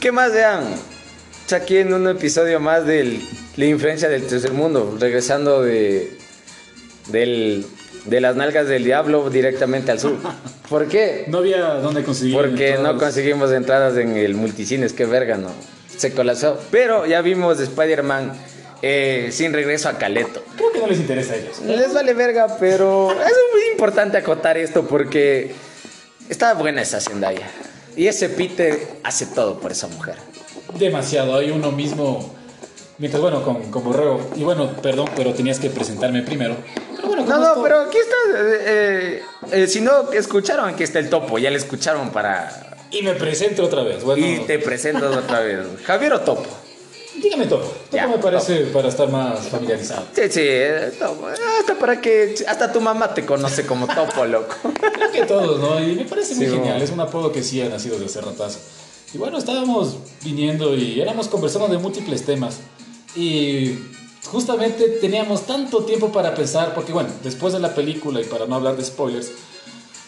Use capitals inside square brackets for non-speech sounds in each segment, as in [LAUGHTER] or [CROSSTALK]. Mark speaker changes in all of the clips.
Speaker 1: ¿qué más vean? Está aquí en un episodio más de la influencia del tercer mundo, regresando de, del, de las nalgas del diablo directamente al sur. ¿Por qué?
Speaker 2: No había dónde conseguir.
Speaker 1: Porque no
Speaker 2: entradas.
Speaker 1: conseguimos entradas en el multicines, qué verga, no. Se colapsó. Pero ya vimos Spider-Man eh, sin regreso a Caleto.
Speaker 2: Creo que no les interesa a ellos.
Speaker 1: Les vale verga, pero es muy importante acotar esto porque está buena esa Zendaya. Y ese Peter hace todo por esa mujer.
Speaker 2: Demasiado, hay uno mismo. Mientras, bueno, con, con Borrego. Y bueno, perdón, pero tenías que presentarme primero. Pero bueno,
Speaker 1: No,
Speaker 2: ¿cómo
Speaker 1: no,
Speaker 2: estuvo?
Speaker 1: pero aquí está. eh, eh, eh, si no escucharon, aquí está el topo. Ya le escucharon para.
Speaker 2: Y me presento otra vez. Bueno,
Speaker 1: Y te presento otra vez. Javier o topo.
Speaker 2: dígame Topo. Topo
Speaker 1: Ya,
Speaker 2: me parece para estar más familiarizado.
Speaker 1: Sí, sí, eh, topo. Hasta para que. Hasta tu mamá te conoce como topo, loco.
Speaker 2: Creo que todos, ¿no? Y me parece muy
Speaker 1: Sí,
Speaker 2: genial.
Speaker 1: bueno.
Speaker 2: Es un apodo que sí ha nacido de hacer ratazo. Y bueno, estábamos viniendo y éramos conversando de múltiples temas. Y justamente teníamos tanto tiempo para pensar, porque bueno, después de la película y para no hablar de spoilers,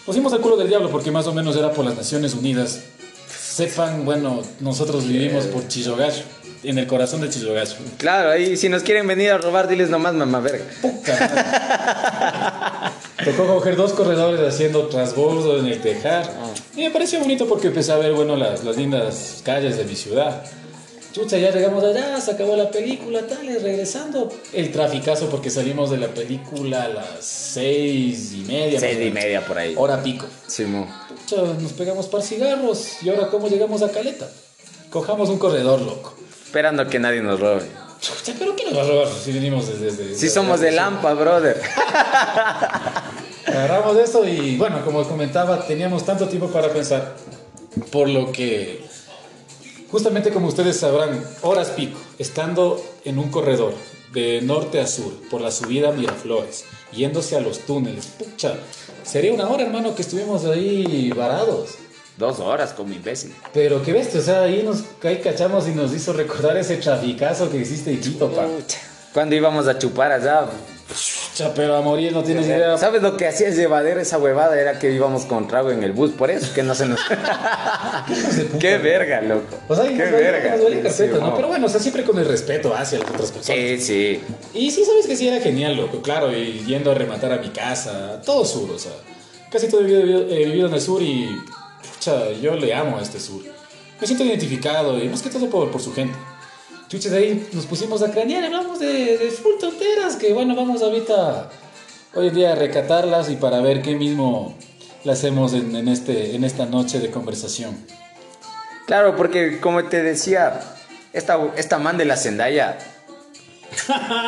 Speaker 2: pusimos el culo del diablo porque más o menos era por las Naciones Unidas. Sepan, bueno, nosotros vivimos por Chillogacho, en el corazón de Chillogacho.
Speaker 1: Claro, ahí si nos quieren venir a robar, diles nomás, mamá verga.
Speaker 2: Carnal. Tocó coger dos corredores haciendo transbordo en el tejar.
Speaker 1: Ah.
Speaker 2: Y me pareció bonito porque empecé a ver, bueno, las, las lindas calles de mi ciudad. Chucha, ya llegamos allá, se acabó la película, tal, y regresando. El traficazo porque salimos de la película a las seis y media.
Speaker 1: Seis
Speaker 2: más o
Speaker 1: y
Speaker 2: menos.
Speaker 1: media por ahí.
Speaker 2: Hora pico.
Speaker 1: Simón.
Speaker 2: Chucha, nos pegamos par cigarros. ¿Y ahora cómo llegamos a Caleta? Cojamos un corredor, loco.
Speaker 1: Esperando que nadie nos robe.
Speaker 2: Chucha, pero ¿qué nos va a robar si venimos desde... desde-
Speaker 1: Si
Speaker 2: desde-
Speaker 1: somos de Lampa, brother.
Speaker 2: Agarramos esto y bueno, como comentaba, teníamos tanto tiempo para pensar. Por lo que, justamente como ustedes sabrán, horas pico, estando en un corredor de norte a sur, por la subida a Miraflores, yéndose a los túneles, pucha, sería una hora, hermano, que estuvimos ahí varados.
Speaker 1: Dos horas como imbécil.
Speaker 2: Pero qué bestia, o sea, ahí nos ahí cachamos y nos hizo recordar ese traficazo que hiciste y Quito, pa.
Speaker 1: Cuando íbamos a chupar allá.
Speaker 2: Pucha, pero a morir no tienes idea.
Speaker 1: ¿Sabes lo que hacía llevadera esa huevada? Era que íbamos con trago en el bus, por eso que no se
Speaker 2: [LAUGHS]
Speaker 1: nos. [LAUGHS] Qué verga, loco.
Speaker 2: O sea, y
Speaker 1: Qué
Speaker 2: nos duele- nos duele carpeta,
Speaker 1: Sí,
Speaker 2: ¿no?
Speaker 1: no.
Speaker 2: Pero bueno, o sea, siempre con el respeto hacia las otras personas.
Speaker 1: Sí, sí.
Speaker 2: Y sí, sabes que sí era genial, loco, claro, y yendo a rematar a mi casa, todo sur, o sea, casi todo he vivido, he vivido en el sur y, pucha, yo le amo a este sur. Me siento identificado y más que todo por, por su gente. Chuches, de ahí nos pusimos a cranear, hablamos de, de full tonteras, que bueno, vamos ahorita, hoy en día, a recatarlas y para ver qué mismo le hacemos en, en este, en esta noche de conversación.
Speaker 1: Claro, porque como te decía, esta, esta man de la
Speaker 2: [LAUGHS]
Speaker 1: Zendaya.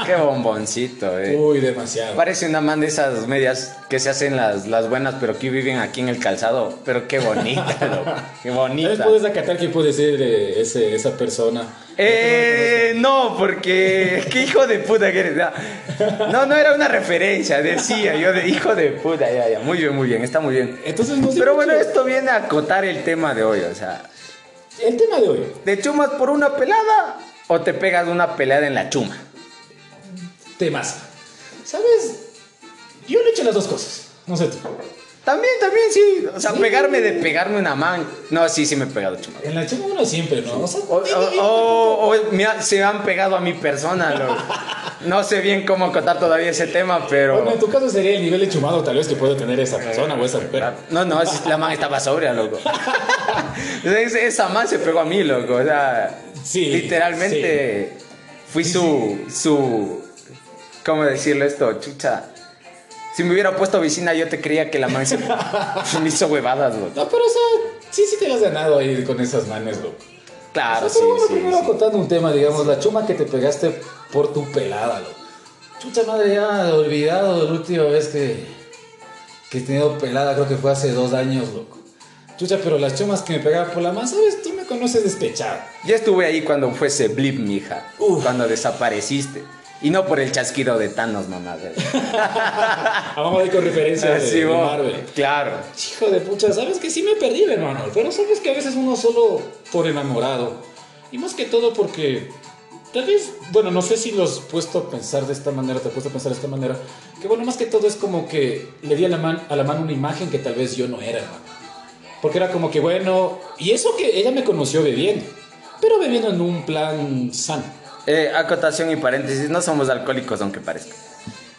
Speaker 1: Qué bomboncito, eh.
Speaker 2: Uy, demasiado.
Speaker 1: Parece una man de esas medias que se hacen las, las buenas, pero que viven aquí en el calzado. Pero qué bonita, loco. Qué
Speaker 2: ¿Sabes? [LAUGHS]
Speaker 1: bonita.
Speaker 2: Puedes acatar quién puede ser eh, ese- esa persona.
Speaker 1: Eh, no, porque qué hijo de puta que eres. ya. No, no era una referencia, decía yo de hijo de puta, ya, ya. Muy bien, muy bien, está muy bien.
Speaker 2: Entonces, no sé
Speaker 1: Pero bueno,
Speaker 2: mucho.
Speaker 1: esto viene a acotar el tema de hoy, o sea,
Speaker 2: El tema de hoy.
Speaker 1: ¿te chumas por una pelada o te pegas una pelada en la chuma?
Speaker 2: Temas. ¿Sabes? Yo le he hecho las dos cosas. No sé tú.
Speaker 1: También, también, sí. O sea,
Speaker 2: Sí.
Speaker 1: pegarme de pegarme una man. No, sí, sí me he pegado chuma.
Speaker 2: En la chuma uno siempre, ¿no? O sea,
Speaker 1: O, o- o- o- mira, se han pegado a mi persona, loco. No sé bien cómo acotar todavía ese tema, pero... Eh,
Speaker 2: Bueno, en tu caso sería el nivel de chumado tal vez que puede tener esa persona o esa mujer.
Speaker 1: No, no, es- la man estaba sobria,
Speaker 2: [LAUGHS]
Speaker 1: loco. Es- esa man se pegó a mí, loco. O sea,
Speaker 2: Sí,
Speaker 1: literalmente fui su, su. ¿Cómo decirlo esto? Chucha. Si me hubiera puesto vecina, yo te creía que la man
Speaker 2: [LAUGHS]
Speaker 1: se, se me hizo huevadas, loco.
Speaker 2: No, pero o sea, sí, sí te lo has ganado ahí con esas manes, loco.
Speaker 1: Claro,
Speaker 2: O sea,
Speaker 1: sí,
Speaker 2: pero bueno,
Speaker 1: sí.
Speaker 2: primero
Speaker 1: sí.
Speaker 2: contando un tema, digamos, la chuma que te pegaste por tu pelada, loco. Chucha madre, ya he olvidado la última vez que, que he tenido pelada, creo que fue hace dos años, loco. Chucha, pero las chumas que me pegaba por la mano, sabes, tú me conoces despechado.
Speaker 1: Yo estuve ahí cuando fuese blip, mija.
Speaker 2: Uf.
Speaker 1: Cuando desapareciste. Y no por el chasquido de Thanos, mamá.
Speaker 2: [LAUGHS] Ah, Vamos a ir con referencia de,
Speaker 1: Así,
Speaker 2: de
Speaker 1: vos.
Speaker 2: Marvel.
Speaker 1: Claro.
Speaker 2: Hijo de pucha, sabes que sí me perdí, hermano. Pero sabes que a veces uno solo por enamorado. Y más que todo porque. Tal vez, bueno, no sé si los he puesto a pensar de esta manera, te he puesto a pensar de esta manera. Que bueno, más que todo es como que le di a la, man- a la mano una imagen que tal vez yo no era, hermano. Porque era como que, bueno, y eso que ella me conoció bebiendo. pero bebiendo en un plan sano.
Speaker 1: Eh, acotación y paréntesis, no somos alcohólicos aunque parezca.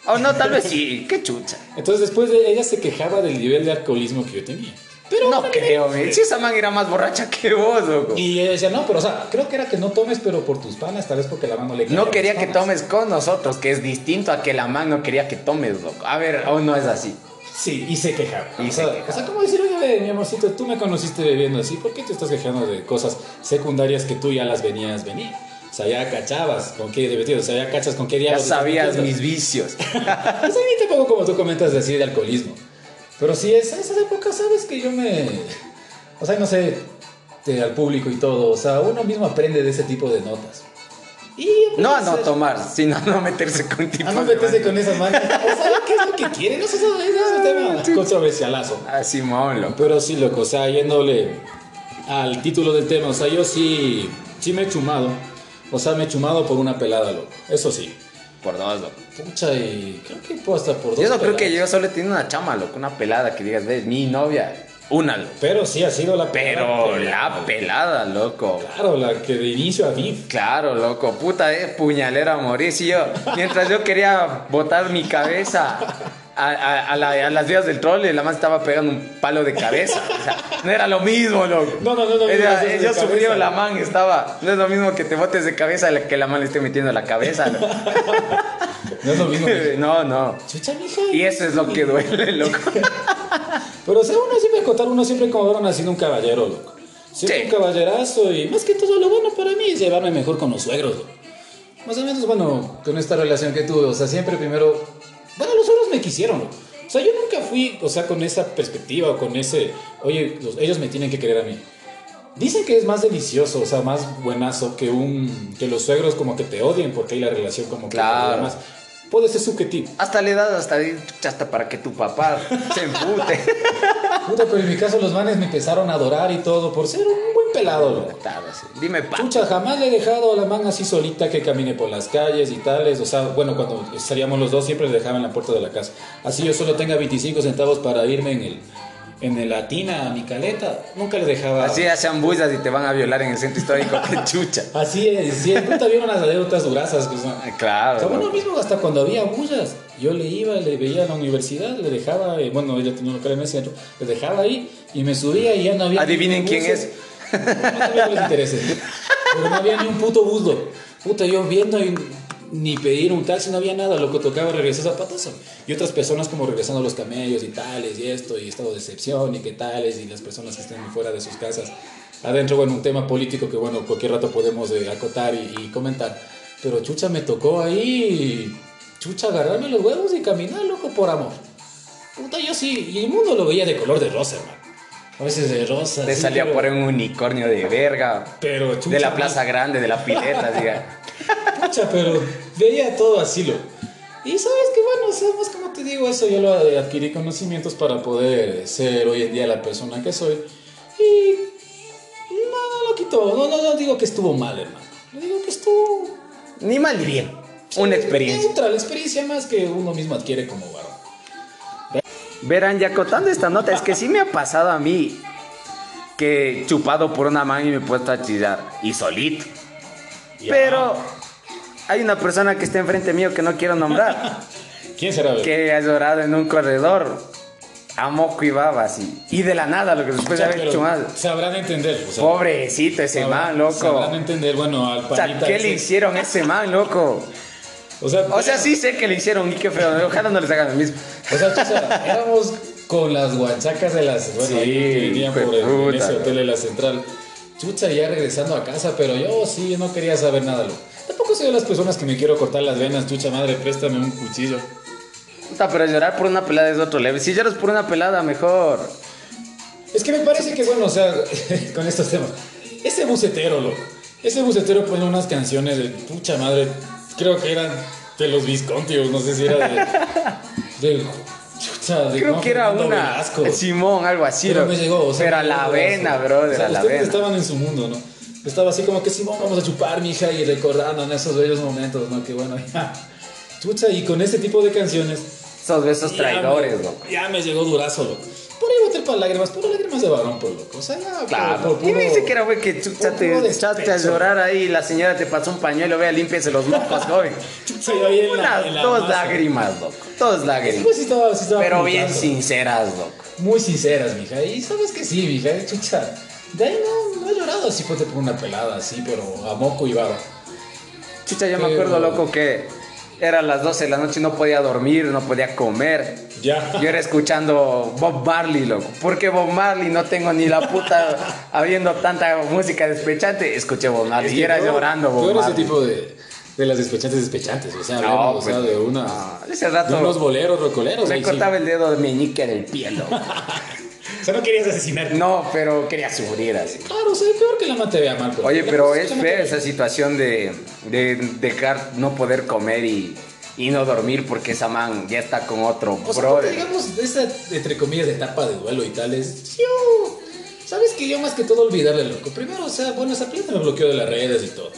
Speaker 1: O no, tal vez [LAUGHS] sí, qué chucha.
Speaker 2: Entonces después de ella se quejaba del nivel de alcoholismo que yo tenía. Pero
Speaker 1: No creo, ¿eh? mi. Si esa man era más borracha que vos, loco.
Speaker 2: Y ella decía, no, pero o sea, creo que era que no tomes, pero por tus panas, tal vez porque la mano le caía a
Speaker 1: No
Speaker 2: los
Speaker 1: quería que
Speaker 2: panas.
Speaker 1: tomes con nosotros, que es distinto a que la man no quería que tomes, loco. A ver, o no es así.
Speaker 2: Sí, y se quejaba.
Speaker 1: Y
Speaker 2: o,
Speaker 1: se
Speaker 2: sea,
Speaker 1: quejaba.
Speaker 2: o sea, ¿cómo decir, oye, ve, mi amorcito, tú me conociste bebiendo así? ¿Por qué te estás quejando de cosas secundarias que tú ya las venías venir? O sea, ya cachabas con qué divertido, o sea, ya cachas con qué
Speaker 1: Ya
Speaker 2: diablos. estás
Speaker 1: sabías
Speaker 2: metiendo.
Speaker 1: mis [LAUGHS] vicios.
Speaker 2: O sea, ni tampoco como tú comentas así de alcoholismo. Pero sí, es, esas épocas, sabes que yo me. O sea, no sé, te- al público y todo. O sea, uno mismo aprende de ese tipo de notas. Y pues,
Speaker 1: No a no
Speaker 2: ser-
Speaker 1: tomar, sino a no meterse con tipos.
Speaker 2: A no
Speaker 1: de
Speaker 2: meterse
Speaker 1: banda.
Speaker 2: con esas manos. [LAUGHS] O sea, ¿qué es lo que quieren? No sé, eso es un tema controversialazo.
Speaker 1: Ah, Simón, loco.
Speaker 2: Pero sí, loco, o sea, yéndole al título del tema, o sea, yo sí, sí me he chumado. O sea, me he chumado por una pelada, loco. Eso sí.
Speaker 1: Por dos, loco.
Speaker 2: Pucha, y creo que puedo hasta por dos.
Speaker 1: Yo no creo que
Speaker 2: peladas.
Speaker 1: yo solo tiene una chama, loco. Una pelada que digas, ves, mi novia. Una, loco.
Speaker 2: Pero sí ha sido la
Speaker 1: Pero
Speaker 2: pelada.
Speaker 1: la pelada, loco.
Speaker 2: Claro, la que de inicio a fin.
Speaker 1: Claro, loco, puta, eh, puñalera a morir. Si yo, mientras yo quería botar mi cabeza a, a- a la- a las vías del trole, la más estaba pegando un palo de cabeza. O sea, no era lo mismo, loco.
Speaker 2: No, no, no, no, no,
Speaker 1: Ella,
Speaker 2: no, no,
Speaker 1: ella
Speaker 2: de cabeza,
Speaker 1: sufrió, la
Speaker 2: ¿no?
Speaker 1: man estaba. No es lo mismo que te botes de cabeza a la que la man le esté metiendo la cabeza. loco.
Speaker 2: No es lo [LAUGHS] mismo. [LAUGHS] que-
Speaker 1: No, no.
Speaker 2: Chucha, mija.
Speaker 1: Y eso es lo que duele, loco.
Speaker 2: Pero o sea, uno siempre contar, uno siempre como habrán nacido un caballero, loco. Siempre
Speaker 1: Sí.
Speaker 2: un caballerazo y más que todo lo bueno para mí es llevarme mejor con los suegros, loco. Más o menos, bueno, con esta relación que tuve, o sea, siempre primero... Bueno, los suegros me quisieron, loco. O sea, yo nunca fui, o sea, con esa perspectiva o con ese... Oye, los- ellos me tienen que querer a mí. Dicen que es más delicioso, o sea, más buenazo que un... Que los suegros como que te odien porque hay la relación como que...
Speaker 1: Claro.
Speaker 2: Más. Puede ser subjetivo.
Speaker 1: Hasta la edad, hasta, hasta para que tu papá se empute. [LAUGHS]
Speaker 2: Puta, pero en mi caso los manes me empezaron a adorar y todo por ser un buen pelado. loco.
Speaker 1: Putada, sí. Dime, pa.
Speaker 2: Chucha, jamás le he dejado a la man así solita que camine por las calles y tales. O sea, bueno, cuando salíamos los dos siempre le dejaba en la puerta de la casa. Así yo solo tenga 25 centavos para irme en el en el latina a mi caleta. Nunca le dejaba.
Speaker 1: Así hacían buizas y te van a violar en el centro histórico. ¡Qué chucha!
Speaker 2: Así es, siempre te vieron las anécdotas durazas. que son-
Speaker 1: Ah,
Speaker 2: O sea,
Speaker 1: Claro.
Speaker 2: bueno,
Speaker 1: loco.
Speaker 2: mismo hasta cuando había bullas, yo le iba, le veía a la universidad, le dejaba, eh, bueno, ella tenía un local en el centro, le dejaba ahí y me subía y ya no había...
Speaker 1: Adivinen
Speaker 2: ni
Speaker 1: quién
Speaker 2: buses.
Speaker 1: es.
Speaker 2: No, no también les interese. Pero no había ni un puto buzo. Puta, yo viendo y ni pedir un taxi, no había nada. Lo que tocaba regresar zapatazo. Y otras personas como regresando los camellos y tales y esto, y estado de excepción y qué tales, y las personas que estén fuera de sus casas. Adentro, bueno, un tema político que, bueno, cualquier rato podemos eh, acotar y, y comentar. Pero chucha me tocó ahí, chucha agarrarme los huevos y caminar, loco, por amor. Puta, yo sí, y el mundo lo veía de color de rosa, hermano. A veces de rosa.
Speaker 1: Te
Speaker 2: sí,
Speaker 1: salía
Speaker 2: pero-
Speaker 1: por un unicornio de verga.
Speaker 2: pero chucha,
Speaker 1: De la
Speaker 2: mi-
Speaker 1: plaza grande, de la pileta, diga.
Speaker 2: Pucha, pero veía todo así, lo. Y sabes que, bueno, o sea, más como te digo, eso yo lo adquirí conocimientos para poder ser hoy en día la persona que soy. Y. No, no lo quito. No, no, no digo que estuvo mal, hermano. No digo que estuvo.
Speaker 1: [LAUGHS] Ni mal ni bien. Una experiencia.
Speaker 2: Neutral, experiencia más que uno mismo adquiere como varón.
Speaker 1: Verán, y acotando esta nota, es que sí me ha pasado a mí que chupado por una man y me he puesto a chillar. Y solito.
Speaker 2: Ya.
Speaker 1: Pero hay una persona que está enfrente mío que no quiero nombrar. [LAUGHS]
Speaker 2: ¿Quién será? bebé?
Speaker 1: que ha llorado en un corredor a moco y baba así. Y de la nada, lo que después de
Speaker 2: Pucha,
Speaker 1: haber
Speaker 2: pero
Speaker 1: hecho mal.
Speaker 2: Sabrán entender. O sea,
Speaker 1: Pobrecito ese
Speaker 2: sabrán-
Speaker 1: man, loco.
Speaker 2: Sabrán entender, bueno, al
Speaker 1: O sea,
Speaker 2: panita
Speaker 1: ¿qué
Speaker 2: ese.
Speaker 1: le hicieron a ese man, loco?
Speaker 2: O sea,
Speaker 1: O sea, sí sé que le hicieron y qué feo. Ojalá no les hagan lo mismo.
Speaker 2: O sea, chucha, éramos con las guachacas de las. Bueno,
Speaker 1: Sí,
Speaker 2: ahí que venían por el,
Speaker 1: hijueputa,
Speaker 2: en ese
Speaker 1: ¿no?
Speaker 2: hotel de la central. Chucha, ya regresando a casa, pero yo sí no quería saber nada, loco. Tampoco soy de las personas que me quiero cortar las venas, chucha madre, préstame un cuchillo.
Speaker 1: Puta, pero llorar por una pelada es otro level. Si lloras por una pelada, mejor.
Speaker 2: Es que me parece que, bueno, o sea, [LAUGHS] con estos temas. Ese bucetero, loco. Ese bucetero pone unas canciones de pucha madre. Creo que eran de los Viscontios, no sé si era
Speaker 1: [LAUGHS]
Speaker 2: de. de chucha, de
Speaker 1: Creo
Speaker 2: Juan
Speaker 1: que era
Speaker 2: Fernando
Speaker 1: una
Speaker 2: Velasco.
Speaker 1: Simón, algo así.
Speaker 2: Pero
Speaker 1: loco.
Speaker 2: me llegó, o sea,
Speaker 1: Pero a
Speaker 2: me llegó
Speaker 1: la
Speaker 2: el brazo.
Speaker 1: vena, brother,
Speaker 2: O sea,
Speaker 1: a la
Speaker 2: ustedes
Speaker 1: vena.
Speaker 2: estaban en su mundo, ¿no? Estaba así como que Simón, vamos a chupar, mija, y recordando en esos bellos momentos, ¿no? Que bueno, [LAUGHS] ya. Chucha, y con este tipo de canciones.
Speaker 1: Esos besos
Speaker 2: ya
Speaker 1: traidores,
Speaker 2: me-
Speaker 1: loco.
Speaker 2: Ya me llegó durazo, loco. Por ahí voy a puesto lágrimas, puro lágrimas de varón, por loco. O sea, ya. por-
Speaker 1: Claro.
Speaker 2: por
Speaker 1: ¿Quién
Speaker 2: puro-
Speaker 1: dice que era, güey, que chucha
Speaker 2: por
Speaker 1: te
Speaker 2: puro
Speaker 1: echaste a
Speaker 2: despecho.
Speaker 1: llorar ahí y la señora te pasó un pañuelo, vea, límpiese los mocos, joven?
Speaker 2: Se oía en la-
Speaker 1: Unas
Speaker 2: en la
Speaker 1: dos
Speaker 2: masa.
Speaker 1: lágrimas, loco. Dos lágrimas.
Speaker 2: Pues sí estaba, sí estaba
Speaker 1: Pero
Speaker 2: putazo.
Speaker 1: bien sinceras, loco.
Speaker 2: Muy sinceras, mija. Y sabes que sí, mija. Chucha. De ahí no, no he llorado así, ponte por una pelada así, pero a moco y varo.
Speaker 1: Chucha, yo me
Speaker 2: Pero-
Speaker 1: acuerdo, loco, que eran las 12 de la noche y no podía dormir, no podía comer.
Speaker 2: [LAUGHS] Ya.
Speaker 1: Yo era escuchando Bob Marley, loco. Porque Bob Marley no tengo ni la puta
Speaker 2: [LAUGHS]
Speaker 1: habiendo tanta música despechante. Escuché Bob Marley
Speaker 2: Es
Speaker 1: y
Speaker 2: que
Speaker 1: era
Speaker 2: tú-
Speaker 1: llorando
Speaker 2: Tú
Speaker 1: Bob
Speaker 2: eres ese
Speaker 1: Marley.
Speaker 2: tipo de, de las despechantes despechantes, o sea,
Speaker 1: No,
Speaker 2: hablemos, o
Speaker 1: pues,
Speaker 2: sea, de una...
Speaker 1: no, ese rato-
Speaker 2: de unos boleros, rocoleros.
Speaker 1: Me
Speaker 2: ahí sí.
Speaker 1: cortaba el dedo de meñique del pie, loco.
Speaker 2: O sea, no querías asesinarte.
Speaker 1: No, pero quería sufrir así.
Speaker 2: Claro, o sea, es peor que la mate a Marco.
Speaker 1: Oye,
Speaker 2: La
Speaker 1: pero
Speaker 2: cosa
Speaker 1: es
Speaker 2: que la
Speaker 1: fea
Speaker 2: mate-
Speaker 1: esa situación de, de dejar no poder comer y, y no dormir porque esa man ya está con otro
Speaker 2: O sea, porque,
Speaker 1: brother.
Speaker 2: digamos, de esa, entre comillas, etapa de duelo y tales, yo... ¿Sabes que Yo más que todo olvidarle, loco. Primero, o sea, bueno, esa plata me bloqueó de las redes y todo.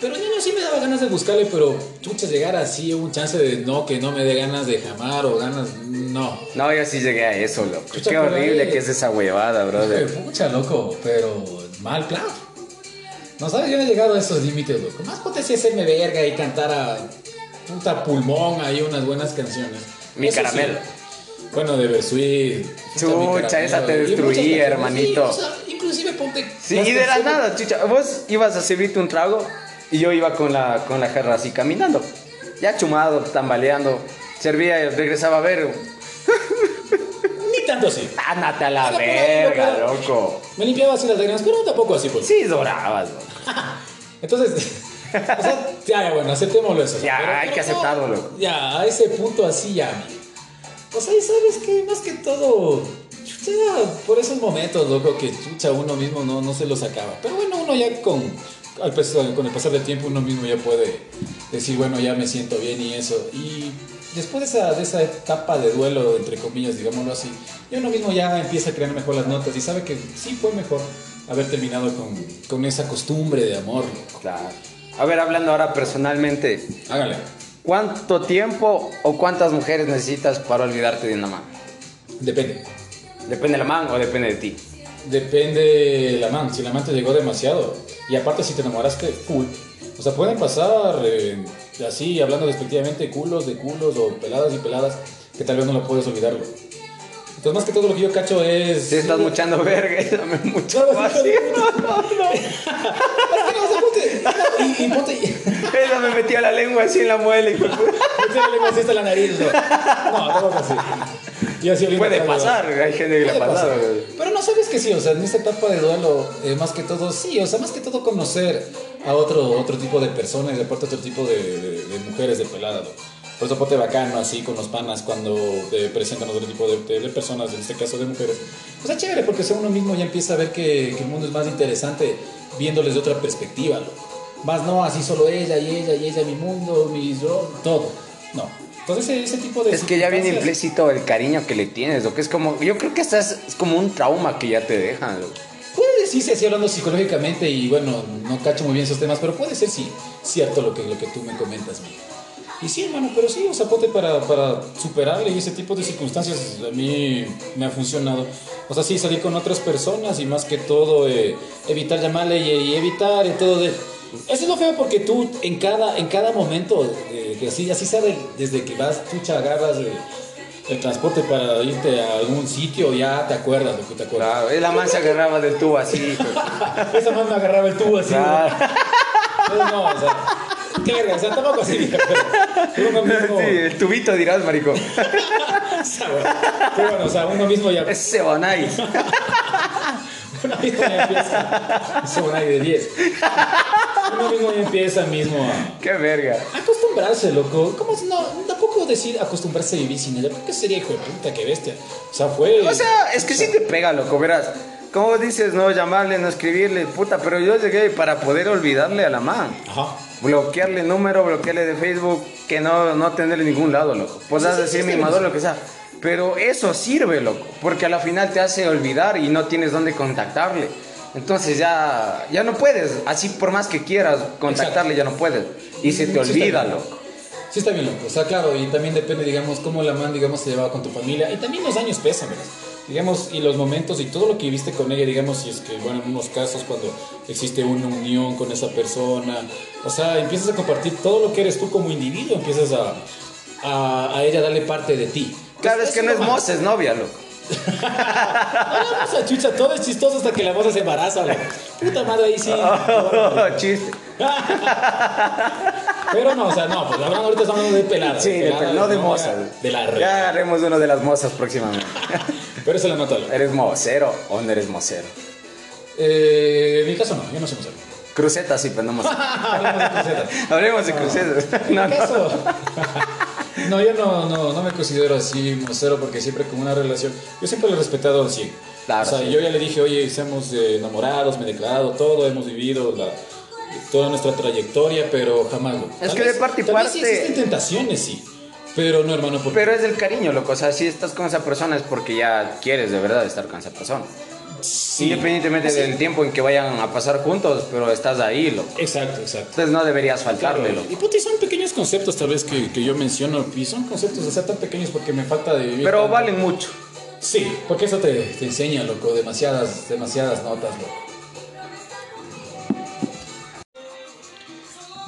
Speaker 2: Pero yo no sí me daba ganas de buscarle, pero chucha, llegar así, un chance de no, que no me dé ganas de jamar o ganas... No.
Speaker 1: No, yo sí llegué a eso, loco.
Speaker 2: Chucha,
Speaker 1: Qué
Speaker 2: pero
Speaker 1: horrible
Speaker 2: ahí-
Speaker 1: que es esa huevada,
Speaker 2: Hijo de [LAUGHS]
Speaker 1: brother.
Speaker 2: pucha, loco, pero mal plan. No sabes, yo no he llegado a esos límites, loco. Más potencia hacerme verga y cantar a puta pulmón ahí unas buenas canciones.
Speaker 1: Mi
Speaker 2: Eso sí.
Speaker 1: caramelo.
Speaker 2: Bueno, de Versuit. puta, mi
Speaker 1: Chucha,
Speaker 2: caramelo,
Speaker 1: esa te
Speaker 2: y muchas
Speaker 1: destruía,
Speaker 2: canciones.
Speaker 1: hermanito.
Speaker 2: Sí, o sea, inclusive ponte.
Speaker 1: Sí,
Speaker 2: las
Speaker 1: y de la
Speaker 2: canciones-
Speaker 1: nada, chucha. Vos ibas a servirte un trago y yo iba con la, con la jarra así caminando. Ya chumado, tambaleando. Servía y regresaba a ver.
Speaker 2: Ni tanto así.
Speaker 1: Ándate a la
Speaker 2: Pero, pero,
Speaker 1: verga,
Speaker 2: pero-
Speaker 1: loco.
Speaker 2: Me limpiaba así las lágrimas, pero tampoco así, pues.
Speaker 1: Sí, dorabas, loco.
Speaker 2: Entonces, [LAUGHS] o sea, ya, bueno, aceptémoslo eso. o sea,
Speaker 1: Ya, hay que aceptarlo, loco.
Speaker 2: Ya, a ese punto así ya, amigo. O sea, y pues sabes que más que todo, chucha, por esos momentos, loco, que chucha uno mismo no, no se los acaba. Pero bueno, uno ya con, al pes- con el pasar del tiempo, uno mismo ya puede decir, bueno, ya me siento bien y eso. Y después de esa, de esa etapa de duelo, entre comillas, digámoslo así, ya uno mismo ya empieza a crear mejor las notas y sabe que sí fue mejor haber terminado con, con esa costumbre de amor, loco.
Speaker 1: Claro. A ver, hablando ahora personalmente,
Speaker 2: Hágale.
Speaker 1: ¿cuánto tiempo o cuántas mujeres necesitas para olvidarte de una man?
Speaker 2: Depende.
Speaker 1: Depende de la man o depende de ti.
Speaker 2: Depende la man, si la man te llegó demasiado. Y aparte si te enamoraste, full. O sea, pueden pasar eh, así, hablando despectivamente, culos de culos o peladas y peladas, que tal vez no lo puedes olvidar. güey. Entonces, más que todo lo que yo cacho es...
Speaker 1: Si estás Ah, muchando verga, [LAUGHS] dame mucho
Speaker 2: [LAUGHS] No, no,
Speaker 1: más.
Speaker 2: [LAUGHS] Y, y ponte...
Speaker 1: Ella me metía la lengua así en la muela y fue-
Speaker 2: Métele más esto a la nariz, güey. No, no, no, sí. Y así oliendo
Speaker 1: puede
Speaker 2: a cago.
Speaker 1: pasar. Hay gente que le ha
Speaker 2: Puede
Speaker 1: pasado.
Speaker 2: pasar.
Speaker 1: güey.
Speaker 2: Pero no sabes que sí, o sea, en esta etapa de duelo, eh, más que todo, sí, o sea, más que todo conocer a otro, otro tipo de personas y aparte otro tipo de, de- de mujeres de pelada. loco. Por eso ponte bacano así con los panas cuando te presentan otro tipo de, de- de personas, en este caso de mujeres. Pues es chévere porque o sea, uno mismo ya empieza a ver que, que el mundo es más interesante viéndoles de otra perspectiva. loco. Más no así solo ella y ella y ella, mi mundo, mis yo, todo. No. Entonces ese, ese tipo de...
Speaker 1: Es que ya viene
Speaker 2: circunstancias-
Speaker 1: implícito el cariño que le tienes, lo que es como, yo creo que estás, es como un trauma que ya te dejan. loco.
Speaker 2: Puede decirse así hablando psicológicamente y bueno, no cacho muy bien esos temas, pero puede ser sí, cierto lo que, lo que tú me comentas, mija. Y sí, hermano, pero sí, o sea, ponte para, para superarle y ese tipo de circunstancias a mí me ha funcionado. O sea, sí, salir con otras personas y más que todo eh, evitar llamarle y, y evitar y todo de... Eso es lo feo porque tú en cada, en cada momento, eh, que así, así sea de- desde que vas, tú cha- agarras eh, el transporte para irte a algún sitio, ya te acuerdas lo que te acuerdas.
Speaker 1: Claro, y la man se agarraba del tubo así. hijo.
Speaker 2: Esa más me agarraba el tubo así.
Speaker 1: Claro.
Speaker 2: güey. No, o sea, qué verga, o sea, tampoco así, dije, pero uno mismo.
Speaker 1: [LAUGHS] Sí, el tubito dirás, marico.
Speaker 2: o sea, güey, pero bueno, o sea, uno mismo ya.
Speaker 1: Ese bonai.
Speaker 2: Uno mismo ya empieza. Es un aire de 10. Uno mismo ya empieza mismo a.
Speaker 1: Qué verga.
Speaker 2: Acostumbrarse, loco. ¿Cómo es? No, tampoco decir acostumbrarse a vivir sin ella. ¿Por qué sería hijo de puta? Qué bestia. O sea, fue.
Speaker 1: O sea, es que sí te pega, loco, verás. Como dices, no llamarle, no escribirle, puta, pero yo llegué para poder olvidarle a la man.
Speaker 2: Ajá.
Speaker 1: Bloquearle número, bloquearle de Facebook, que no, no tenerle en ningún lado, loco. Pues Podrás
Speaker 2: Sí, sí,
Speaker 1: decir
Speaker 2: sí,
Speaker 1: mi
Speaker 2: está
Speaker 1: maduro,
Speaker 2: bien.
Speaker 1: lo que sea. Pero eso sirve, loco, porque a la final te hace olvidar y no tienes dónde contactarle. Entonces ya, ya no puedes, así por más que quieras contactarle, ya no puedes. Y se te
Speaker 2: Sí, está bien.
Speaker 1: olvida, loco.
Speaker 2: Sí está bien loco, o sea, claro, y también depende, digamos, cómo la man, digamos, se llevaba con tu familia, y también los años pesan, ¿verdad? digamos, y los momentos y todo lo que viviste con ella, digamos, si es que, bueno, en unos casos cuando existe una unión con esa persona, o sea, empiezas a compartir todo lo que eres tú como individuo, empiezas a, a, a ella darle parte de ti. Pues,
Speaker 1: Claro, es que no es
Speaker 2: moza
Speaker 1: moza, es novia,
Speaker 2: [LAUGHS]
Speaker 1: loco.
Speaker 2: Ah, o sea, chucha, todo es chistoso hasta que la moza se embaraza, güey. Puta madre,
Speaker 1: [LAUGHS]
Speaker 2: ahí sí.
Speaker 1: Chiste.
Speaker 2: Pero no, o sea, no, pues hablando ahorita estamos hablando de pelada.
Speaker 1: Sí, de-
Speaker 2: pelada,
Speaker 1: no de
Speaker 2: novia,
Speaker 1: mozas.
Speaker 2: De la red.
Speaker 1: Ya agarremos uno de las mozas próximamente.
Speaker 2: Pero eso la nota.
Speaker 1: ¿Eres mocero o no eres mocero?
Speaker 2: Eh, en mi caso no, yo no
Speaker 1: [LAUGHS]
Speaker 2: soy mozas.
Speaker 1: Crucetas, sí, pero no
Speaker 2: [LAUGHS]
Speaker 1: mocero.
Speaker 2: Hablemos de crucetas.
Speaker 1: Hablemos de crucetas. [LAUGHS]
Speaker 2: En
Speaker 1: No,
Speaker 2: mi
Speaker 1: no.
Speaker 2: caso. No, yo no, no, no me considero así mocero porque siempre como una relación, yo siempre lo he respetado al 100.
Speaker 1: Claro,
Speaker 2: o sea,
Speaker 1: sí.
Speaker 2: yo ya le dije, oye, seamos eh, enamorados, me he declarado todo, hemos vivido la- toda nuestra trayectoria, pero jamás. güey.
Speaker 1: Es
Speaker 2: Tal
Speaker 1: que de
Speaker 2: vez-
Speaker 1: parte y
Speaker 2: tal vez sí
Speaker 1: parte-
Speaker 2: existen tentaciones, sí, pero no, hermano, porque...
Speaker 1: Pero es el cariño, loco. O sea, si estás con esa persona es porque ya quieres de verdad estar con esa persona.
Speaker 2: sí.
Speaker 1: Independientemente del tiempo en que vayan a pasar juntos, pero estás ahí, loco.
Speaker 2: Exacto, exacto.
Speaker 1: Entonces no deberías
Speaker 2: Claro,
Speaker 1: faltarle, loco.
Speaker 2: y puta, y son pequeños conceptos tal vez que, que yo menciono, y son conceptos de ser tan pequeños porque me falta de vivir.
Speaker 1: Pero
Speaker 2: tanto.
Speaker 1: valen mucho.
Speaker 2: Sí, porque eso te, te enseña, loco, demasiadas, demasiadas notas, loco.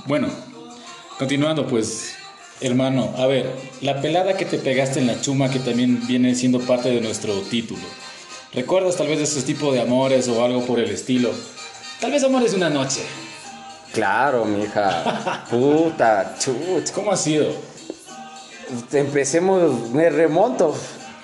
Speaker 2: Bueno, continuando pues, hermano, a ver, la pelada que te pegaste en la chuma que también viene siendo parte de nuestro título. ¿Recuerdas tal vez de ese tipo de amores o algo por el estilo? Tal vez amores de una noche.
Speaker 1: Claro,
Speaker 2: [LAUGHS]
Speaker 1: mija. Puta, chucha.
Speaker 2: ¿Cómo ha sido?
Speaker 1: Empecemos, me remonto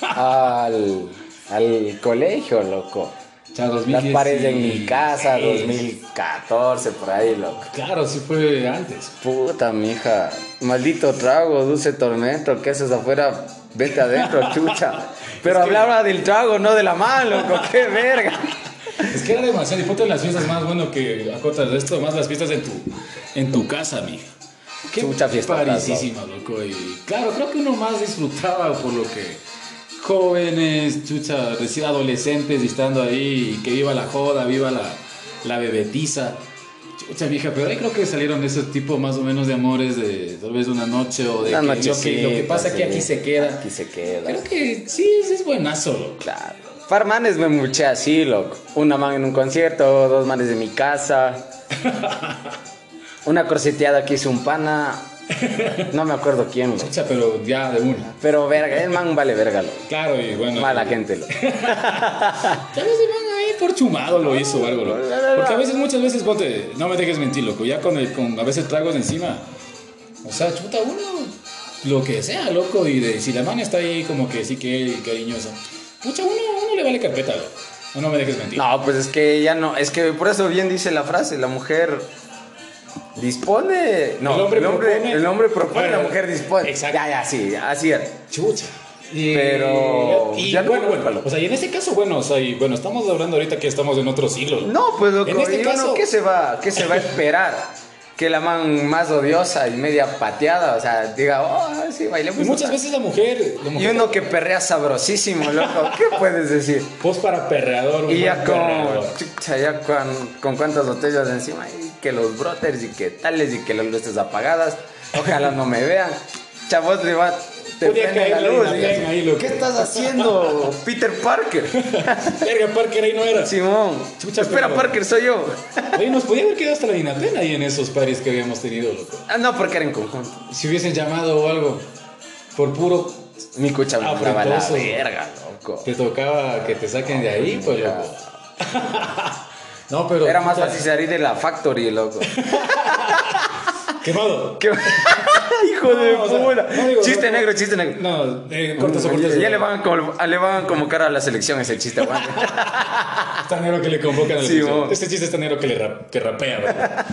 Speaker 1: al, al colegio, loco.
Speaker 2: Ya,
Speaker 1: Las
Speaker 2: 2016.
Speaker 1: paredes de mi casa, 2014, por ahí, loco.
Speaker 2: Claro, sí fue antes.
Speaker 1: Puta, mija. Maldito trago, dulce tormento, que haces afuera? Vete adentro, [LAUGHS] chucha. Pero hablaba del trago, no de la mano, [LAUGHS] loco. Qué verga.
Speaker 2: Es que era demasiado. Y ponte en las fiestas más bueno que acotas de esto, más las fiestas en tu, en tu casa, mija. Qué
Speaker 1: Chucha fiesta,
Speaker 2: parisísima, loco. Y claro, creo que uno más disfrutaba por lo que jóvenes, chucha, recién adolescentes y estando ahí, y que viva la joda, viva la, la bebetiza. Chucha, mija, pero ahí creo que salieron de ese tipo más o menos de amores de tal vez una noche o de
Speaker 1: Una
Speaker 2: que
Speaker 1: noche.
Speaker 2: lo, que, lo que pasa que aquí se queda.
Speaker 1: Aquí se queda.
Speaker 2: Creo que sí, es, es buenazo, loco.
Speaker 1: Claro. Par manes me muché así, loco. Una man en un concierto, dos manes de mi casa. [LAUGHS] Una corseteada que hizo un pana. No me acuerdo quién, loco.
Speaker 2: Chucha, pero ya de una.
Speaker 1: Pero verga, el man vale verga, loco.
Speaker 2: Claro, y bueno.
Speaker 1: Mala gente, loco.
Speaker 2: Tal vez el man ahí por chumado lo hizo o algo, loco. Porque a veces, muchas veces, ponte, no me dejes mentir, loco. Ya con, el, con a veces tragos encima. O sea, chuta uno lo que sea, loco. Y de, si la man está ahí como que sí que y cariñosa. Pucha, uno, uno le vale carpeta, loco. No, no me dejes mentir.
Speaker 1: No, pues es que ya no. Es que por eso bien dice la frase: la mujer dispone. No,
Speaker 2: El
Speaker 1: el
Speaker 2: hombre
Speaker 1: hombre, el hombre
Speaker 2: propone.
Speaker 1: propone,
Speaker 2: Bueno,
Speaker 1: la mujer dispone.
Speaker 2: exacto.
Speaker 1: Ya, ya, sí, así era.
Speaker 2: Chucha. Y-
Speaker 1: Pero-
Speaker 2: Y,
Speaker 1: ya no
Speaker 2: bueno,
Speaker 1: me
Speaker 2: bueno,
Speaker 1: acuerdo.
Speaker 2: o sea, y en este caso, bueno, o sea, y bueno, estamos hablando ahorita que estamos en otro siglo. loco.
Speaker 1: No, pues loco,
Speaker 2: En este
Speaker 1: y uno,
Speaker 2: caso-
Speaker 1: ¿qué se va, qué se va a esperar? Que la man más odiosa y media pateada, o sea, diga, oh, sí, bailemos.
Speaker 2: Y muchas
Speaker 1: otra".
Speaker 2: veces la mujer. La
Speaker 1: Y
Speaker 2: mujer
Speaker 1: uno que perrea sabrosísimo, loco, ¿qué puedes decir?
Speaker 2: Vos para perreador, un
Speaker 1: Y ya
Speaker 2: buen
Speaker 1: con,
Speaker 2: perreador.
Speaker 1: chucha, ya con, con cuántas botellas encima, y que los brothers y que tales y que las luces apagadas, ojalá no me vean. Chavos, le va, te
Speaker 2: Podía
Speaker 1: prende la
Speaker 2: caerle en
Speaker 1: luz.
Speaker 2: la
Speaker 1: y
Speaker 2: pena
Speaker 1: dices,
Speaker 2: ahí, loco.
Speaker 1: ¿Qué estás haciendo, Peter Parker?
Speaker 2: [LAUGHS] Verga, Parker ahí no era.
Speaker 1: Simón,
Speaker 2: Chucha,
Speaker 1: espera,
Speaker 2: pero-
Speaker 1: Parker, soy yo.
Speaker 2: Oye, nos podía haber quedado hasta la dinapena ahí en esos pares que habíamos tenido, loco.
Speaker 1: Ah, no, porque era en conjunto.
Speaker 2: Si hubiesen llamado o algo, por puro,
Speaker 1: Mi cucha
Speaker 2: Ah,
Speaker 1: me mandaba la
Speaker 2: Afrentoso.
Speaker 1: verga, loco.
Speaker 2: te tocaba que te saquen de ahí,
Speaker 1: [LAUGHS]
Speaker 2: pues,
Speaker 1: Ya.
Speaker 2: loco. No, pero.
Speaker 1: Era más
Speaker 2: puta,
Speaker 1: fácil salir de la factory,
Speaker 2: [LAUGHS]
Speaker 1: loco.
Speaker 2: Quemado.
Speaker 1: ¿Qué- Hijo [LAUGHS] de
Speaker 2: No, o sea,
Speaker 1: puta.
Speaker 2: no digo,
Speaker 1: chiste
Speaker 2: no,
Speaker 1: negro, chiste negro.
Speaker 2: No,
Speaker 1: [LAUGHS]
Speaker 2: eh, corta eso, corta eso.
Speaker 1: Ya le van, a conv- a- le van a convocar a la selección ese chiste, güey.
Speaker 2: Tan negro que le convocan a la
Speaker 1: Sí,
Speaker 2: selección.
Speaker 1: vos.
Speaker 2: Este chiste es tan negro que le rap- que rapea,
Speaker 1: [LAUGHS]
Speaker 2: ¿verdad?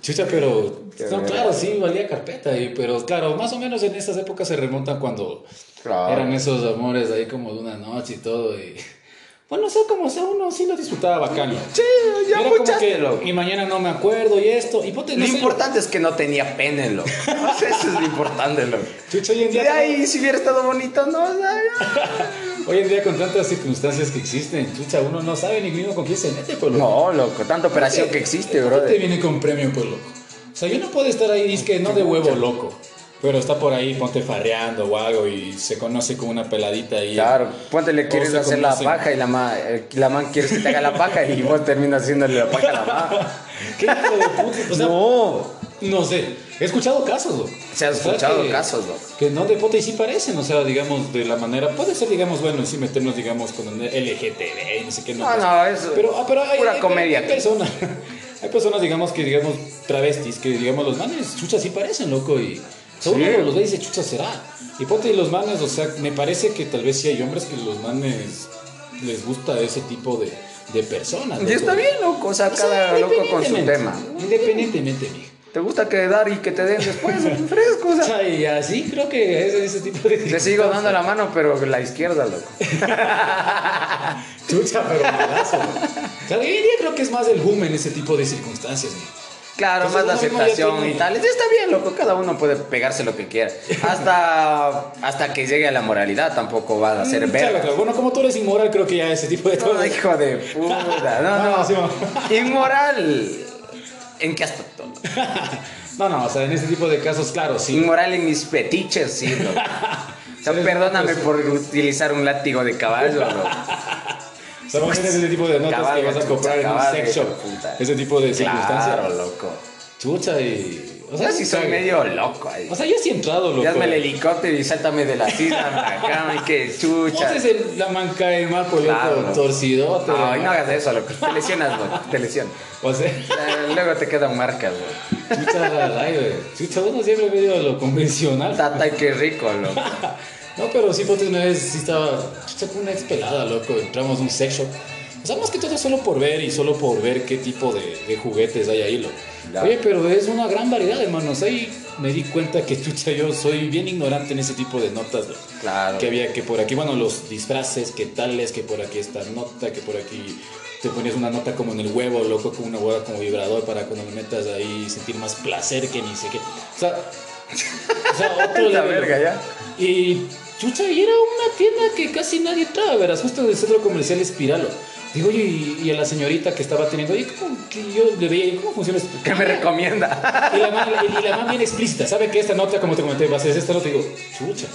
Speaker 2: Chucha, pero.
Speaker 1: Qué
Speaker 2: No,
Speaker 1: verga.
Speaker 2: claro, sí, valía carpeta. y- pero claro, más o menos en esas épocas se remontan cuando
Speaker 1: Claro.
Speaker 2: eran esos amores ahí como de una noche y todo. Y... Bueno, sea como sea, uno sí lo disfrutaba bacano.
Speaker 1: [LAUGHS] Sí, ya
Speaker 2: Era como
Speaker 1: muchaste,
Speaker 2: que,
Speaker 1: loco.
Speaker 2: y mañana no me acuerdo y esto. Y ponte, no
Speaker 1: Lo
Speaker 2: sé,
Speaker 1: importante es que no tenía pene, loco. O sea, [LAUGHS] Eso es lo importante, loco.
Speaker 2: chucha, hoy en
Speaker 1: Y
Speaker 2: día.
Speaker 1: de ahí, si hubiera estado bonito, no. o sea, ya.
Speaker 2: Hoy en día, con tantas circunstancias que existen, chucha, uno no sabe ni mismo con quién se mete, pues. loco.
Speaker 1: No, loco, tanta operación que existe,
Speaker 2: ¿Por qué
Speaker 1: bro.
Speaker 2: te viene con premio, pues, loco? O sea, yo no puedo estar ahí, que no de huevo loco. Pero está por ahí, ponte farreando o algo y se conoce con una peladita ahí.
Speaker 1: Claro, ponte le
Speaker 2: O
Speaker 1: quieres
Speaker 2: se
Speaker 1: hacer la
Speaker 2: conocen.
Speaker 1: paja y la ma, eh, la man quieres que te haga la paja y vos terminas haciéndole la paja a la ma. [LAUGHS]
Speaker 2: ¿Qué hijo de puta? O sea, no.
Speaker 1: no,
Speaker 2: sé. He escuchado casos, loco.
Speaker 1: se han
Speaker 2: O sea,
Speaker 1: escuchado
Speaker 2: que-
Speaker 1: casos, loco.
Speaker 2: Que no de puta y sí parecen, o sea, digamos, de la manera. Puede ser, digamos, bueno, sí meternos, digamos, con el LGTB, no sé qué.
Speaker 1: No, no, es
Speaker 2: Pero, ah, pero hay,
Speaker 1: pura
Speaker 2: hay-
Speaker 1: comedia.
Speaker 2: Hay personas, [LAUGHS] hay personas, digamos, que, digamos, travestis, que, digamos, los manes, chucha, sí parecen, loco, y... o sea,
Speaker 1: Sí.
Speaker 2: uno los ve y dice, chucha, será. Y ponte y los manes, o sea, me parece que tal vez sí hay hombres que los manes les gusta ese tipo de, de personas.
Speaker 1: Y
Speaker 2: loco.
Speaker 1: está bien, loco, o sea,
Speaker 2: O sea,
Speaker 1: cada loco con su
Speaker 2: independientemente,
Speaker 1: tema.
Speaker 2: Independientemente, mijo.
Speaker 1: ¿Te gusta quedar y que te den después [LAUGHS] un fresco? O
Speaker 2: O
Speaker 1: sea,
Speaker 2: sea, y así creo que es ese tipo
Speaker 1: [LAUGHS]
Speaker 2: de...
Speaker 1: le sigo dando la mano, pero la izquierda, loco.
Speaker 2: Chucha, pero malazo. O sea, hoy en día creo que es más el boom en ese tipo de circunstancias. mijo.
Speaker 1: Claro,
Speaker 2: Entonces,
Speaker 1: más la
Speaker 2: uno mismo ya
Speaker 1: aceptación
Speaker 2: tiene-
Speaker 1: y tal. Está bien, loco, cada uno puede pegarse lo que quiera.
Speaker 2: [LAUGHS]
Speaker 1: Hasta, hasta que llegue a la moralidad tampoco van a ser
Speaker 2: Mm,
Speaker 1: [LAUGHS]
Speaker 2: claro,
Speaker 1: vergas.
Speaker 2: claro. Bueno, como tú eres inmoral, creo que ya ese tipo de
Speaker 1: No,
Speaker 2: cosas.
Speaker 1: hijo de puta.
Speaker 2: [LAUGHS]
Speaker 1: No,
Speaker 2: No,
Speaker 1: no. [LAUGHS]
Speaker 2: sí,
Speaker 1: Inmoral. ¿En qué aspecto?
Speaker 2: No, no, o sea, en ese tipo de casos, claro, sí.
Speaker 1: Inmoral en mis fetiches, sí, loco. O sea,
Speaker 2: Sí, pues,
Speaker 1: perdóname
Speaker 2: sí.
Speaker 1: por utilizar un látigo de caballo,
Speaker 2: [LAUGHS]
Speaker 1: loco.
Speaker 2: O sea, vos
Speaker 1: pues,
Speaker 2: tienes ese tipo de notas
Speaker 1: Caballo,
Speaker 2: que vas a
Speaker 1: chucha,
Speaker 2: comprar en un
Speaker 1: caballo,
Speaker 2: sex shop.
Speaker 1: puta.
Speaker 2: Ese tipo de circunstancias.
Speaker 1: Claro, loco.
Speaker 2: Chucha y. O
Speaker 1: O
Speaker 2: sea,
Speaker 1: sea, sí soy
Speaker 2: cague.
Speaker 1: medio loco ahí.
Speaker 2: O sea, yo sí he entrado, loco.
Speaker 1: Ya hazme el helicóptero y sáltame de la
Speaker 2: [LAUGHS]
Speaker 1: silla, acá, y que
Speaker 2: Vos
Speaker 1: chucha.
Speaker 2: es el- la manca de marco, loco,
Speaker 1: Claro.
Speaker 2: torcidote.
Speaker 1: Ay, no hagas eso, loco. Te lesionas, loco. Te lesionas.
Speaker 2: O sea, [LAUGHS]
Speaker 1: Eh, Luego te quedan marcas, loco.
Speaker 2: chucha, al aire. Chucha, uno siempre medio lo convencional.
Speaker 1: Tata, qué rico, loco.
Speaker 2: No, pero sí, ponte una vez, sí estaba, chucha, fue una ex pelada, loco, entramos a un sex shop. O sea, más que todo solo por ver y solo por ver qué tipo de, de juguetes hay ahí, loco.
Speaker 1: Ya.
Speaker 2: Oye, pero es una gran variedad, hermanos. Ahí me di cuenta que, chucha, yo soy bien ignorante en ese tipo de notas, loco.
Speaker 1: Claro.
Speaker 2: Que había que por aquí, bueno, los disfraces, que tales, que por aquí esta nota, que por aquí te ponías una nota como en el huevo, loco, con una hueá como vibrador para cuando le metas ahí sentir más placer que ni sé qué. O sea, o sea
Speaker 1: [LAUGHS]
Speaker 2: otro
Speaker 1: La
Speaker 2: level,
Speaker 1: verga, ya.
Speaker 2: y chucha, y era una tienda que casi nadie entraba, verás, justo del centro comercial Espiralo. Digo, oye, y, y a la señorita que estaba teniendo, oye, ¿cómo que yo le veía, ¿cómo funciona esto?
Speaker 1: ¿Qué me recomienda?
Speaker 2: Y la mamá, y la mamá bien explícita, sabe que esta nota, como te comenté, va a ser esta nota, digo, chucha.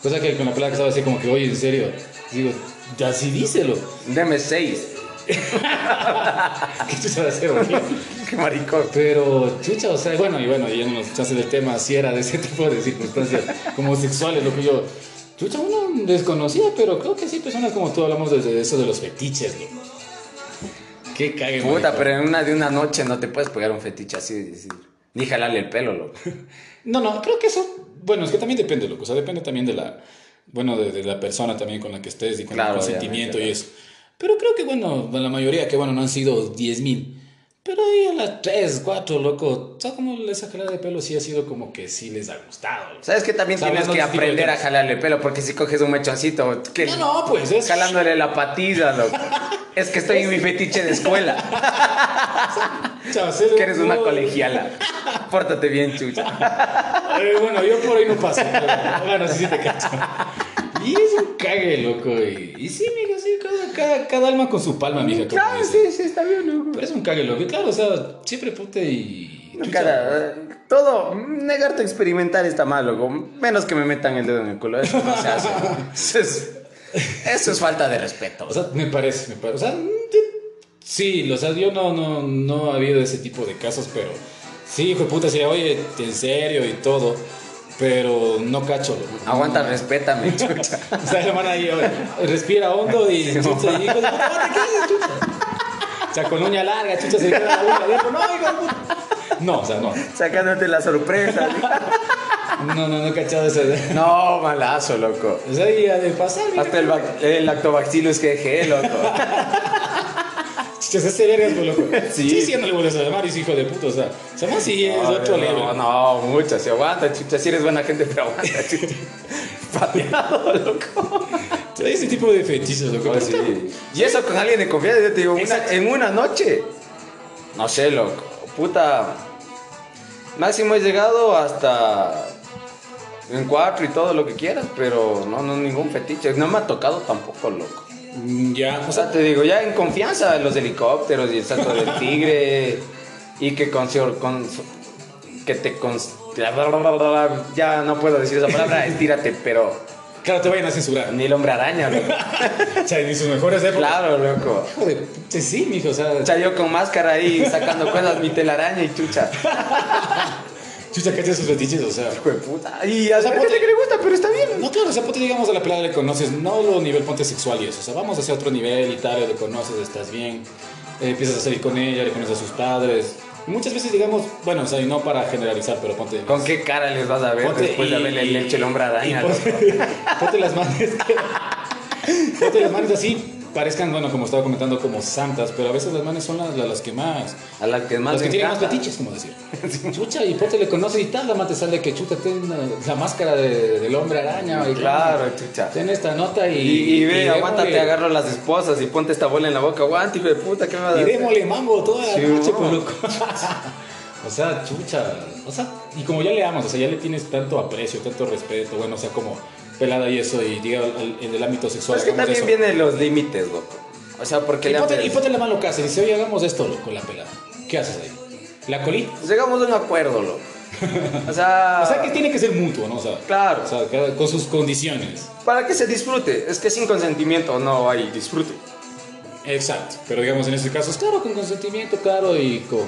Speaker 2: Cosa que con la placa estaba así como que, oye, en serio, digo, así díselo. [LAUGHS]
Speaker 1: Deme seis.
Speaker 2: ¿Qué chucha va a hacer, güey?
Speaker 1: Qué maricón.
Speaker 2: Pero, chucha, o sea, bueno, y bueno, ya no nos escuchaste del tema, si era de ese [LAUGHS] tipo de circunstancias como sexuales, lo que yo. Chucha, uno desconocía, pero creo que sí, personas como tú hablamos de, de eso de los fetiches, loco. Qué cague,
Speaker 1: Puta,
Speaker 2: marico.
Speaker 1: pero en una de una noche no te puedes pegar un fetiche así. de decir, Ni jalarle el pelo, loco.
Speaker 2: No, no, creo que eso. Bueno, es que también depende, loco. O sea, depende también de la. Bueno, de, de la persona también con la que estés y con
Speaker 1: Claro,
Speaker 2: el consentimiento y
Speaker 1: obviamente,
Speaker 2: eso. Pero creo que, bueno, la mayoría que, bueno, no han sido 10.000. Pero ahí a las 3, 4, loco. O sea, como esa jalada de pelo sí ha sido como que sí les ha gustado. loco.
Speaker 1: ¿Sabes que también tienes
Speaker 2: Hablando
Speaker 1: que
Speaker 2: de este tipo de
Speaker 1: aprender a
Speaker 2: temas.
Speaker 1: jalarle el pelo? Porque si coges un mechoncito, que
Speaker 2: No, no, pues es.
Speaker 1: jalándole la patilla, loco. Es que estoy en mi fetiche de escuela.
Speaker 2: Chao, ser
Speaker 1: Que eres una
Speaker 2: no.
Speaker 1: colegiala. Pórtate bien, chucha.
Speaker 2: Eh, bueno, yo por ahí no paso. pero, bueno, sí, sí te cacho. Y es un cague, loco. Y, y sí, mija, sí, cada, cada, cada alma con su palma, mija. como
Speaker 1: Claro,
Speaker 2: dicen.
Speaker 1: Ah, sí, sí, está bien, loco.
Speaker 2: Pero es un cague, loco. Y claro, o sea, siempre ponte y.
Speaker 1: No,
Speaker 2: chucha.
Speaker 1: Cara, todo, negarte a experimentar está mal, loco. Menos que me metan el dedo en el culo. Eso no se hace. Eso es, eso es falta de respeto.
Speaker 2: O sea, me parece, me parece. O sea, mm, te- sí, o sea, yo no, no, no ha habido ese tipo de casos, pero sí, hijo de puta, sería, oye, en serio y todo. Pero no cacho, loco.
Speaker 1: Aguanta, respétame, chucha.
Speaker 2: O sea, hermano, ahí oye, respira hondo y chucha, y hijo de puta, ¿dónde quedas, chucha? O sea, con uña larga, chucha, se queda la uña adentro. No, hijo de puta. No, o sea, no.
Speaker 1: Sacándote la sorpresa.
Speaker 2: No, no, no he cachado esa idea.
Speaker 1: No, malazo, loco.
Speaker 2: O sea, y a de pasar, mira,
Speaker 1: Hasta el, bac- el lactobacillus que dejé, loco.
Speaker 2: chucha, ese verga es pues, loco.
Speaker 1: [LAUGHS] Sí.
Speaker 2: Sí, sí, no le vuelves a llamar, es hijo de puta, o sea. O sea, más sí es
Speaker 1: No,
Speaker 2: otro
Speaker 1: no,
Speaker 2: level.
Speaker 1: No, mucha, se aguanta, chucha. Si eres buena gente, pero aguanta, chucha. Pateado, loco.
Speaker 2: O sea, ese tipo de fetiches, loco.
Speaker 1: Pues
Speaker 2: Pero está-
Speaker 1: sí. Y eso con alguien de confianza, yo te digo, una-
Speaker 2: Exacto.
Speaker 1: en una noche. No sé, loco. Puta. Máximo he llegado hasta. En cuatro y todo lo que quieras, pero no, no ningún fetiche. No me ha tocado tampoco, loco.
Speaker 2: Mm, Ya,
Speaker 1: O
Speaker 2: o
Speaker 1: sea,
Speaker 2: sea,
Speaker 1: te digo, ya en confianza, los helicópteros y el salto del tigre. y que con, con- que te, cons- te Ya no puedo decir esa palabra, [LAUGHS] estírate, pero
Speaker 2: Claro, te vayan a censurar.
Speaker 1: ni el hombre araña, loco.
Speaker 2: O sea, ni sus mejores épocas.
Speaker 1: Claro, loco.
Speaker 2: Hijo de... Sí, sí, mijo, o sea,
Speaker 1: Chucha, yo con máscara ahí sacando cosas, mi telaraña y chucha.
Speaker 2: chucha, cacha sus fetiches, o sea.
Speaker 1: Hijo de puta. Y a
Speaker 2: sea,
Speaker 1: la
Speaker 2: ponte-
Speaker 1: gente que le gusta, pero está bien.
Speaker 2: No, claro, o sea, ponte, digamos, a la pelada le conoces, no lo nivel ponte sexual y eso, o sea, vamos hacia otro nivel y tal, le conoces, estás bien, eh, empiezas a salir con ella, le conoces a sus padres. Y muchas veces, digamos, bueno, o sea, y no para generalizar, pero ponte.
Speaker 1: ¿Con qué cara les vas a ver
Speaker 2: Ponte
Speaker 1: después de
Speaker 2: y-
Speaker 1: haberle leche el hombre
Speaker 2: y
Speaker 1: araña? loco?
Speaker 2: ponte, [LAUGHS] ponte las manos. ponte las manos así, parezcan, bueno, como estaba comentando, como santas, pero a veces las manos son las, las, las que más.
Speaker 1: A la que más
Speaker 2: Las que
Speaker 1: le
Speaker 2: tienen más
Speaker 1: encanta.
Speaker 2: petiches, como
Speaker 1: [LAUGHS]
Speaker 2: decir. Chucha, y ponte le conoces y tal, la mate sale que chuta, ten la, la máscara de- del hombre araña. Y
Speaker 1: Claro, chucha.
Speaker 2: Ten esta nota y.
Speaker 1: Y, y ve, aguanta, te
Speaker 2: démosle-
Speaker 1: agarro las esposas y ponte esta bola en la boca. Aguanta, hijo de puta, ¿qué me vas a
Speaker 2: Y
Speaker 1: hacer?
Speaker 2: démosle mambo toda la
Speaker 1: Sí,
Speaker 2: noche,
Speaker 1: no.
Speaker 2: pues, loco. [LAUGHS] o sea, chucha. O sea, y como ya le amas, o sea, ya le tienes tanto aprecio, tanto respeto, bueno, o sea, como pelada y eso, y llega al- al- en el ámbito sexual.
Speaker 1: Pues que
Speaker 2: hagamos
Speaker 1: también
Speaker 2: eso.
Speaker 1: vienen los límites, loco. O sea, porque
Speaker 2: Y
Speaker 1: le han-
Speaker 2: ponte, y ponte la mano casa y dice, oye, hagamos esto, loco, la pelada. ¿Qué haces ahí? La colita.
Speaker 1: Pues Llegamos a un acuerdo, loco. O sea,
Speaker 2: [LAUGHS] O sea, que tiene que ser mutuo, ¿no? O sea,
Speaker 1: Claro.
Speaker 2: O sea, cada- con sus condiciones.
Speaker 1: para que se disfrute. Es que sin consentimiento no hay disfrute.
Speaker 2: Exacto, pero digamos en este caso, claro, con consentimiento, claro, y con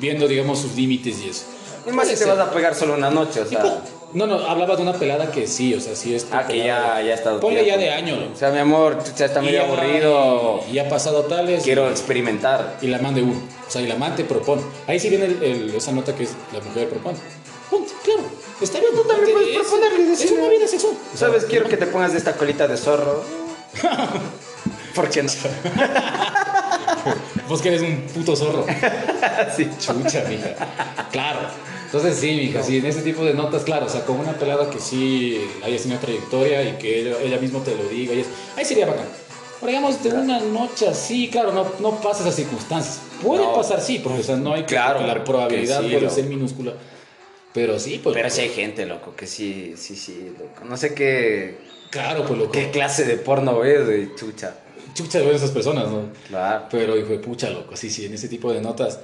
Speaker 2: viendo, digamos, sus límites y eso.
Speaker 1: Y más si te
Speaker 2: Puede ser.
Speaker 1: vas a pegar solo una noche, o
Speaker 2: Y
Speaker 1: sea.
Speaker 2: pues, No, no, hablaba de una pelada que sí, o sea, sí es. tu
Speaker 1: Ah, que
Speaker 2: pelada.
Speaker 1: ya, ya está.
Speaker 2: Ponle ya de año,
Speaker 1: O sea, mi amor, ya está medio aburrido.
Speaker 2: Y ha pasado tales.
Speaker 1: Quiero experimentar.
Speaker 2: Y la mande uno. O sea, y la amante propone. Ahí sí viene el- el- esa nota que es la mujer propone. Punto, claro. Está bien, tú
Speaker 1: también puedes proponerle y
Speaker 2: Es
Speaker 1: decirle.
Speaker 2: una vida sexual. O sea,
Speaker 1: ¿Sabes? Quiero que te pongas de esta colita de zorro.
Speaker 2: [LAUGHS]
Speaker 1: ¿Por qué no?
Speaker 2: Vos que eres un puto zorro.
Speaker 1: Sí.
Speaker 2: Chucha, mija. Claro. Entonces sí, mija, sí, en ese tipo de notas, claro, o sea, con una pelada que sí eh, haya sido una trayectoria y que ella, ella mismo te lo diga, y es, ahí sería bacán. Pero digamos, de una noche así, claro, no, no pasa esas circunstancias. Puede
Speaker 1: No.
Speaker 2: pasar, sí, porque o sea, no hay que
Speaker 1: Claro,
Speaker 2: la
Speaker 1: porque
Speaker 2: probabilidad
Speaker 1: sí,
Speaker 2: puede
Speaker 1: loco.
Speaker 2: ser minúscula. Pero sí, pues.
Speaker 1: Pero sí hay gente, loco, que sí, sí, sí, loco. No sé qué,
Speaker 2: Claro, pues loco.
Speaker 1: qué clase de porno es, güey, chucha.
Speaker 2: Chucha de esas personas, ¿no?
Speaker 1: Claro.
Speaker 2: Pero hijo de pucha, loco, sí, sí, en ese tipo de notas,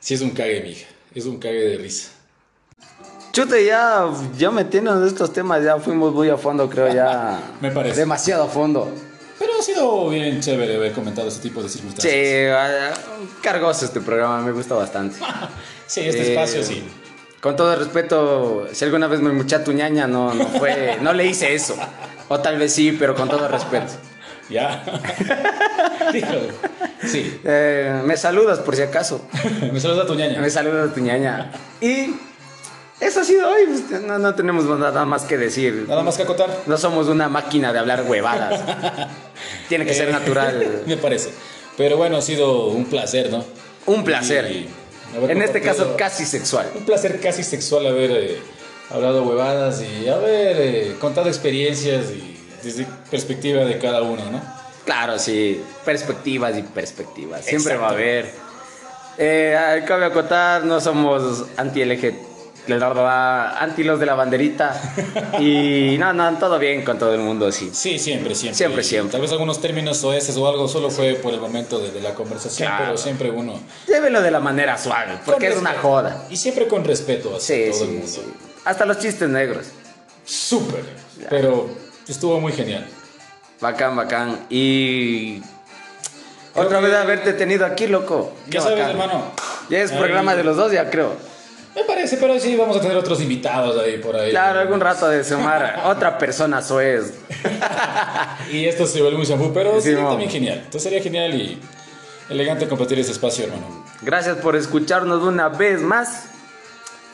Speaker 2: sí es un cague, mija. Es un cague de risa.
Speaker 1: Chuta, ya, ya metiéndonos en estos temas, ya fuimos muy a fondo, creo, ya.
Speaker 2: [LAUGHS] Me parece.
Speaker 1: Demasiado a fondo.
Speaker 2: Pero ha sido bien chévere haber comentado ese tipo de circunstancias.
Speaker 1: Sí, ah, cargoso este programa, me gusta bastante.
Speaker 2: Sí, este
Speaker 1: Eh,
Speaker 2: espacio sí.
Speaker 1: Con todo respeto, si alguna vez me mucha tu ñaña, no, no fue, no le hice eso. O tal vez sí, pero con todo respeto.
Speaker 2: Ya. [LAUGHS] Dígalo. sí.
Speaker 1: Eh, me saludas por si acaso.
Speaker 2: Me saludas a tu ñaña.
Speaker 1: Me saludas tu ñaña. Y eso ha sido hoy. pues, No, no tenemos nada más que decir.
Speaker 2: Nada más que acotar.
Speaker 1: No somos una máquina de hablar huevadas. Tiene que ser
Speaker 2: Eh,
Speaker 1: natural.
Speaker 2: [LAUGHS] Me parece. Pero bueno, ha sido un placer, ¿no?
Speaker 1: Un placer.
Speaker 2: Y haber
Speaker 1: En este caso,
Speaker 2: compartido-
Speaker 1: casi sexual.
Speaker 2: Un placer casi sexual haber eh, hablado huevadas y haber eh, contado experiencias y desde perspectiva de cada uno, ¿no?
Speaker 1: Claro, sí. Perspectivas y perspectivas. Siempre
Speaker 2: Exacto.
Speaker 1: va a haber. Eh, cabe acotar, no somos anti-LG. Anti los de la banderita.
Speaker 2: [LAUGHS]
Speaker 1: Y no, no, todo bien con todo el mundo, sí.
Speaker 2: Sí, siempre, siempre.
Speaker 1: Siempre,
Speaker 2: Y
Speaker 1: siempre.
Speaker 2: Tal vez algunos términos o o algo solo fue por el momento de, de la conversación,
Speaker 1: Claro.
Speaker 2: pero siempre uno.
Speaker 1: Llévenlo de la manera suave, porque
Speaker 2: Con
Speaker 1: es una
Speaker 2: respeto.
Speaker 1: joda.
Speaker 2: Y siempre con respeto hacia
Speaker 1: Sí,
Speaker 2: todo el
Speaker 1: sí,
Speaker 2: mundo.
Speaker 1: sí. Hasta los chistes negros.
Speaker 2: Súper. Pero estuvo muy genial.
Speaker 1: Bacán, bacán. Y.
Speaker 2: Creo
Speaker 1: Otra
Speaker 2: que-
Speaker 1: vez haberte tenido aquí, loco.
Speaker 2: Ya
Speaker 1: Qué
Speaker 2: sabes,
Speaker 1: bacán.
Speaker 2: hermano.
Speaker 1: Ya es
Speaker 2: Ahí-
Speaker 1: programa de los dos, ya creo.
Speaker 2: Me parece, pero sí vamos a tener otros invitados ahí por ahí.
Speaker 1: Claro, algún rato de
Speaker 2: [LAUGHS]
Speaker 1: sumar otra persona, soez.
Speaker 2: Y esto se vuelve un shampoo, pero
Speaker 1: Sí,
Speaker 2: sería
Speaker 1: vamos.
Speaker 2: también genial. Entonces sería genial y elegante compartir ese espacio, hermano.
Speaker 1: Gracias por escucharnos una vez más.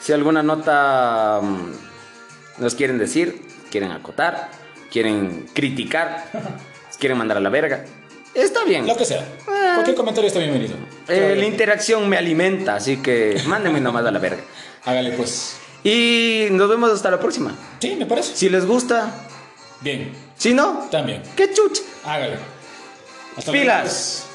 Speaker 1: Si alguna nota mm, nos quieren decir, quieren acotar, quieren criticar, quieren mandar a la verga, está bien.
Speaker 2: Lo que sea.
Speaker 1: Ah.
Speaker 2: Cualquier comentario está bienvenido.
Speaker 1: Eh, la interacción me alimenta, así que mándenme nomás a la verga.
Speaker 2: Hágale pues.
Speaker 1: Y nos vemos hasta la próxima.
Speaker 2: Sí, me parece.
Speaker 1: Si les gusta,
Speaker 2: Bien,
Speaker 1: si no,
Speaker 2: también.
Speaker 1: qué chucha.
Speaker 2: Hágale. Hasta luego.
Speaker 1: Pilas.